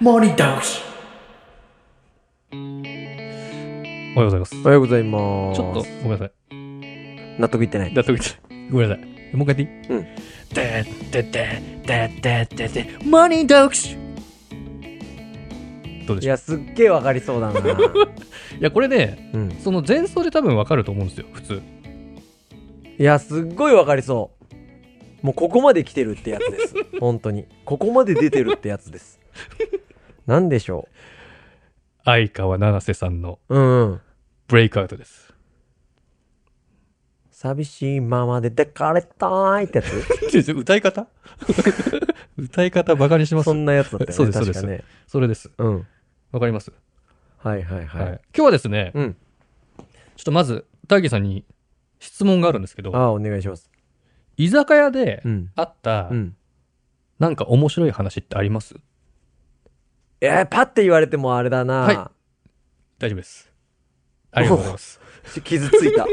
森同士おはようございます。おはようございます。ちょっと、ごめんなさい。納得いってない。納得いってないごめんなさい。もう一回やっていいうんでででででででマニードクシどうでいしょうや、すっげえわかりそうだな。いや、これね、うん、その前奏で多分わかると思うんですよ、普通。いや、すっごいわかりそう。もうここまで来てるってやつです。 本当に。ここまで出てるってやつです。 なんでしょ相川七瀬さんのう。うん、うん。ブレイクアウトです。寂しいままで抱かれたいってや つ歌い方歌い方バカにしますそんなやつだったよね。そうです確かね。それです。うん。わかります、はいはいはい。はい。今日はですね、うん。ちょっとまず、大義さんに質問があるんですけあど、あ、お願いします。居酒屋でうん。あった、うん。なんか面白い話ってありますえー、パッて言われてもあれだな。は大丈夫です。ありがとうございます。し傷ついた。い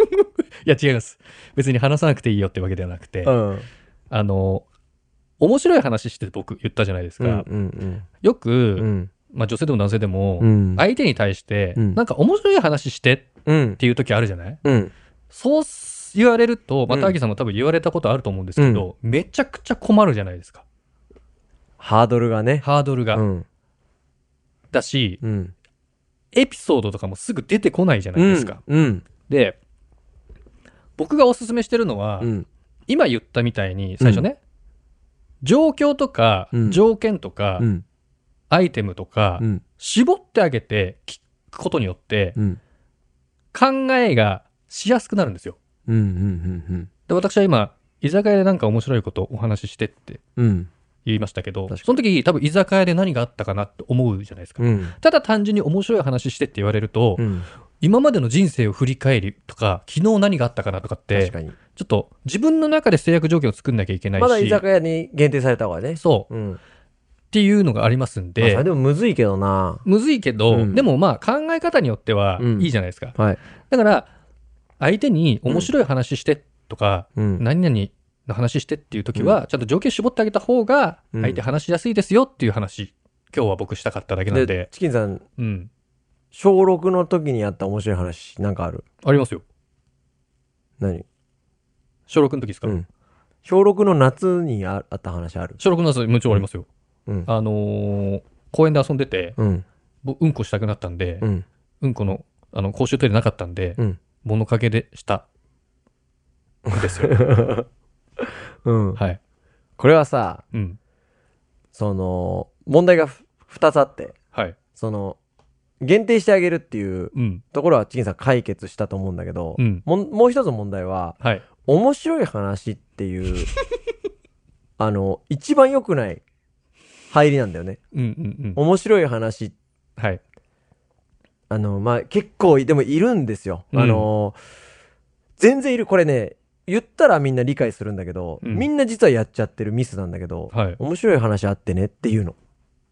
や、違います。別に話さなくていいよってわけではなくて、 うん。あの、面白い話して僕言ったじゃないですうか。んうんようく、ん。まあ女性でも男性でも、うん。相手に対して、うんなんか面白い話してっうん。ていう時あるじゃないうん。そう言われると、またうんアキさんも多分言われたことあると思うんですけど、めちゃくちゃ困るじゃないですか。ハードルがね。ハードルが。うん。だし、うん。エピソードとかもすぐ出てこないじゃないですか。うん。で、僕がおすすめしてるのは、うん。今言ったみたいに最初ね、状況とか、うん条件とか、うん。アイテムとか、うん。絞ってあげて聞くことによって、うん。考えがしやすくなるんですよ。うん。うん。で、私は今、居酒屋でなんか面白いことお話ししてってうん。言いましたけど確か、にその時多分居酒屋で何があったかなって思うじゃないですか。うん。ただ単純に面白い話してって言われると、うん。今までの人生を振り返りとか、昨日何があったかなとかって確、かに。ちょっと自分の中で制約条件を作んなきゃいけないし、まだ居酒屋に限定された方がね。そう、っうん。ていうのがありますんで、で、でもむずいけどな。むずいけど、うんでもまあ考え方によってはうんいいじゃないですか。はい。だから、相手に面白い話してとか、うん。何々の話してっていう時は、ちゃんと条件絞ってあげた方が、うん相手話しやすいですよっていう話、今日は僕したかっただけなんで、で、チキンさん、うん。小6の時にあった面白い話、なんかあるありますよ。何小6の時ですかうら。ん。小6の夏にああった話ある小6の時もちろんありますよ。うん。あのー公園で遊んでて、うん。僕うんこしたくなったんで、う、うんん。この、あの、公衆トイレなかったんで、うん。物陰でした。です よ。うん。はい。これはさ、うん。その、問題が2つあって、はい。その、限定してあげるっていううん。ところはチキンさん解決したと思うんだけど、うん。もんもう一つの問題は、はい。面白い話っ ていう、あの、一番良くない入りなんだよね。うんうんうん。面白い話、はい。あの、まあ、結構、でもいるんですよ。うんあの、全然いる。これね、言ったらみんな理解するんだけど、うんみんな実はやっちゃってるミスなんだけど、はい。面白い話あってねっていうの。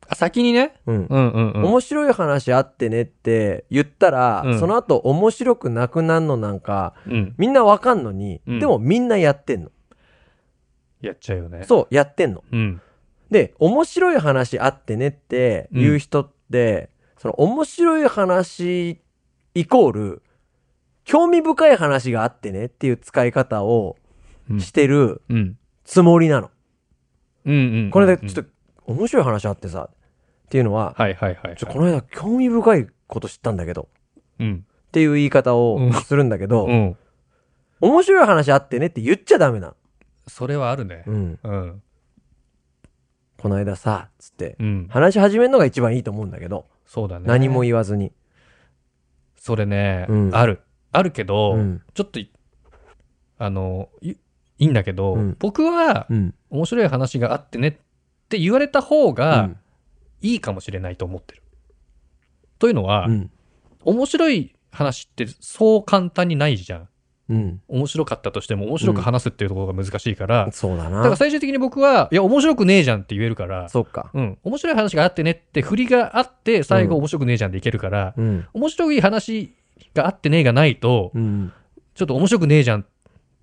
あ、先にね。うん。うんうんうん。面白い話あってねって言ったら、うんその後面白くなくなんのなんか、うん。みんなわかんのに、うんでもみんなやってんの。やっちゃうよね。そう、やってんの。うん。で、面白い話あってねって言う人って、その面白い話イコール、興味深い話があってねっていう使い方をうん。してるうん。つもりなの。うんうん。これでちうょんっと面白い話あってさ、っていうのは、はいはいはいはい。ちょこの間興味深いこと知ったんだけど、うん。っていう言い方をするんだけど、うん。面白い話あってねって言っちゃダメなそれはあるねの。。うん。うん。この間さ、つって、うん。話し始めるのが一番いいと思うんだけど、そうだね。何も言わずに。それねう、んある。あるけどうん、ちょっとい、あの、いいいんだけどうん、僕はうん。面白い話があってねって言われた方うがんいいかもしれないと思ってる。というのはう、ん。面白い話ってそう簡単にないじゃん。うん。面白かったとしても面白く話すっていうところが難しいから、そうだな。だから最終的に僕は、いや、面白くねえじゃんって言えるから、そっか。うん、面白い話があってねって、振りがあって、最後うん面白くねえじゃんでいけるから、うん。面白い話があってねえがないと、うん。ちょっと面白くねえじゃんっ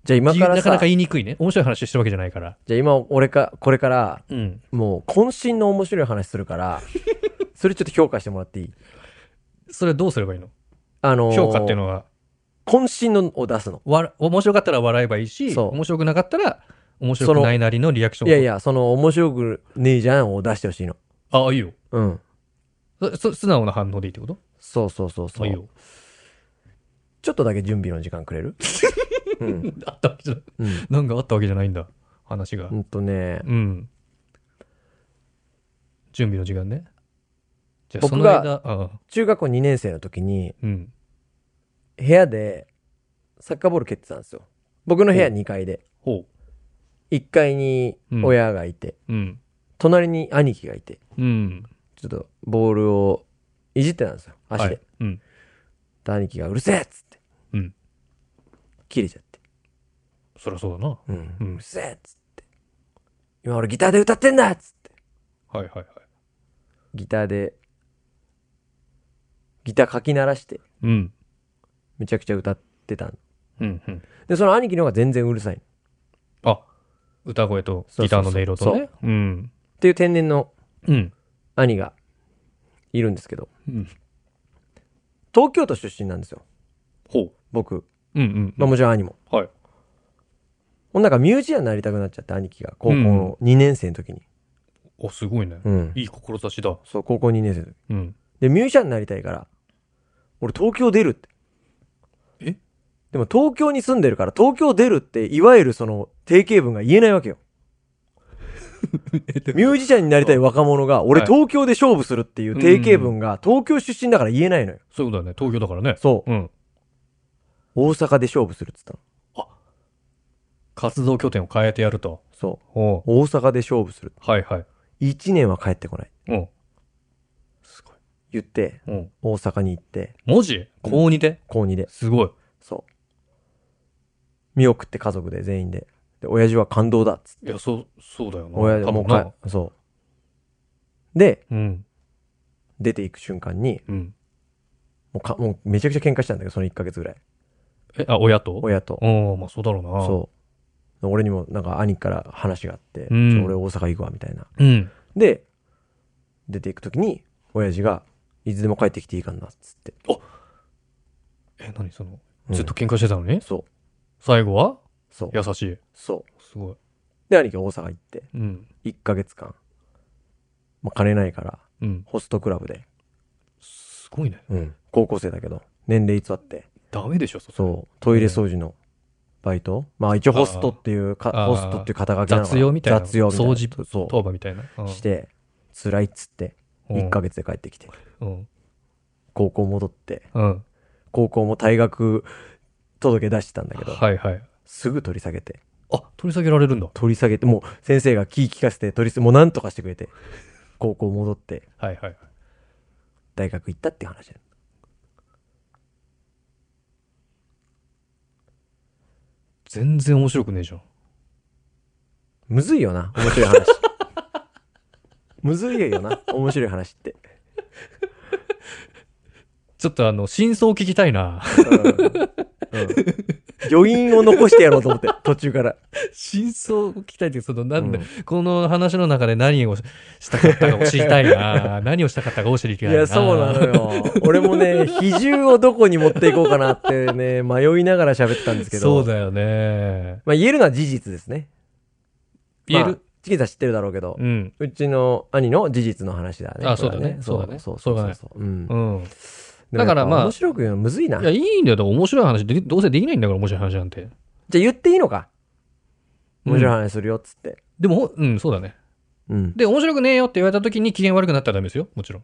じゃあ今なからかさ、なか言いにくいね。面白い話してるわけじゃないから。じゃあ今俺か、これから、うん。もう渾身の面白い話する から、それちょっと評価してもらっていいそれどうすればいいのあのー評価っていうのは、渾身のを出すの。わら面白かったら笑えばいいし、そう面白くなかったら、面白くないなりのリアクションいやいや、その面白くねえじゃんを出してほしいの。ああ、いいよ。うん。そそ素直な反応でいいってことそうそうそうそあう。いいよ。ちょっとだけ準備の時間くれ るうん。あったわけじゃない。うん。なんかあったわけじゃないんだ。話がほ。んとねう。ん。準備の時間ね。じゃあ、そ僕のが間、ああ中学校2年生の時に、うん。部屋でサッカーボール蹴ってたんですよ。僕の部屋2階で。ほ1階に親がいて、う。うん。隣に兄貴がいて、うん。ちょっとボールをいじってたんですよ。足で。はい。うん。で兄貴がうるせえっつって。うん。切れちゃって。そりゃそうだな。うん。ううんるせえっつって。今俺ギターで歌ってんだっつって。はいはいはい。ギターで、ギターかき鳴らして、うん。めちゃくちゃ歌ってたのうん。うん。で、その兄貴の方が全然うるさい。っあ、歌声とギターの音色とそうね。うん。ていう天然のうん。兄がいるんですけど、うん。東京都出身なんですよ。ほう。僕。うんうん。まあもちろん兄も。はい。ほんなんかミュージアンになりたくなっちゃって、兄貴が。高校の2年生の時に。お、すごいね。うん。いい志だ。そう、高校2年生の時。うん。で、ミュージアンになりたいから、俺東京出るって。えでも東京に住んでるから、東京出るって、いわゆるその、定型文が言えないわけよ。ミュージシャンになりたい若者が、俺はい東京で勝負するっていう定型文が、東京出身だから言えないのよ。そういうことだね。東京だからね。そう。うん。大阪で勝負するって言ったの。活動拠点を変えてやると。そう。おう。大阪で勝負する。はいはい。 1年は帰ってこない。うん。すごい。言って、うん。大阪に行って、文字高2で。高2で。すごい。そう。見送って家族で全員で。で、親父は感動だっつって。いや、そう、そうだよな。親父多も分うなか、そう。で、うん。出ていく瞬間に、うん。もうか、もうめちゃくちゃ喧嘩したんだけど、その1ヶ月ぐらい。え、あ、親と親と。うん、まあそうだろうな。そう。俺にもなんか兄から話があって、うんちょ俺大阪行くわ、みたいな。う。うん。で、出ていくときに、親父が、いつでも帰ってきていいかな、つって。え、何その、うんずっと喧嘩してたのに、そう。最後はそう。優しい。そう。すごい。で、兄貴が大阪行って、うん。 1ヶ月間。まあ、金ないから、うん。ホストクラブで。すごいね。うん。高校生だけど、年齢偽って。ダメでしょ、それそう。トイレ掃除のバイト。まあ、一応ホストっていうかあーホストっていう肩書きなのか雑用みたいな。雑用みたいな。掃除そ当番みたいな。うんう。して、辛いっつって、うん1ヶ月で帰ってきて。うん。高校戻って、うん。高校も退学届出してたんだけど、はいはい。すぐ取り下げて。あ、取り下げられるんだ。取り下げて、もう先生が気ぃ利かせて取りす、もうなんとかしてくれて、高校戻って、はいはい。大学行ったっていう話だよ全然面白くねえじゃん。むずいよな、面白い 話。むずいよな、面白い話って。ちょっとあの、真相聞きたい な。余韻を残してやろうと思って、途中から。真相を聞きたいって、その、なんで、うこの話の中で何をししたかったかを知りたい な。何をしたかったかを知りたいいな。や、そうなのよ。俺もね、比重をどこに持っていこうかなってね、迷いながら喋ってたんですけど。そうだよね。まあ言えるのは事実ですね。言える、まあチキンさん知ってるだろうけど、うん。うちの兄の事実の話だね。あこれはそうだねそうそそううだそねうそう。うんう。ん。でもだやっぱからまあ面白く言うのむずいな。いや、じゃあいいんだよ。だから面白い話で、どうせできないんだから面白い話なんて。言っていいのか。うん面白い話するよ、っつって。でも、うん、そうだね。うん。で、面白くねえよって言われた時に機嫌悪くなったらダメですよ。もちろん。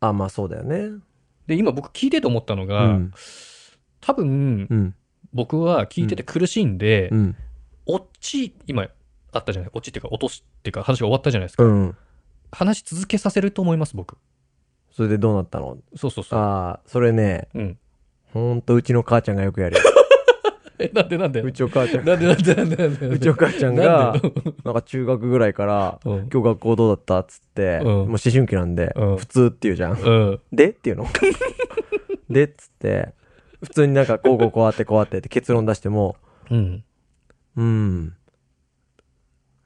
あ、まあそうだよね。で、今僕聞いてて思ったのうが、ん。多分う、ん。僕は聞いてて苦しいんで、うん。落ち、今、あったじゃない。落ちっていうか、落としっていうか、話が終わったじゃないですか。うん。話し続けさせると思います、僕。それでどうなったのそうそうそう。ああ、それね、うん。ほんとうちの母ちゃんがよくやる よ。え、なんでなんでうちの母ちゃんが、なんでなんでなんでなんでうちの母ちゃんながんで、なんか中学ぐらいから、うん今日学校どうだったっつって、うんもう思春期なんで うん、普通っていうじゃん。うん。でっていうのでっつって、普通になんかこうこうこうあってこうあってって結論出しても、うん。うん。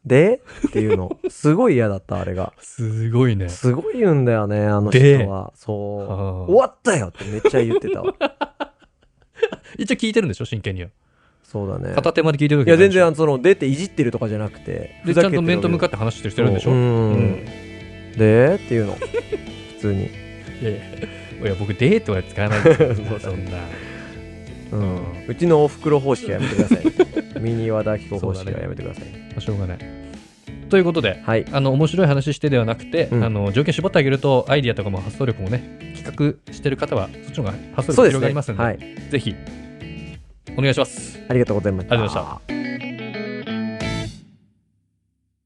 でっていうの。すごい嫌だった、あれが。すごいね。すごい言うんだよね、あので人は。そう。はあ終わったよってめっちゃ言ってたわ。一応聞いてるんでしょ真剣には。そうだ ね。片手まで聞いてるわいけや、じゃ全ないでしょ然、あのその、出ていじってるとかじゃなくて、で、ちゃんと面と向かっって話してる人いるんでしょう。うんでっていうの。普通に。いやいやいや、僕、デートは使わないですよ そうだそんな。うん。うちのお袋方式はやめてください。ミニ和田アキ子方式はやめてください。まあしょうがない。ということで、はい。あの面白い話してではなくて、うんあの条件絞ってあげると、アイディアとかも発想力もね、企画してる方は、そっちの方が発想そう力広がですね。りますので、はい。ぜひ、お願いします。ありがとうございました。ありがとうございました。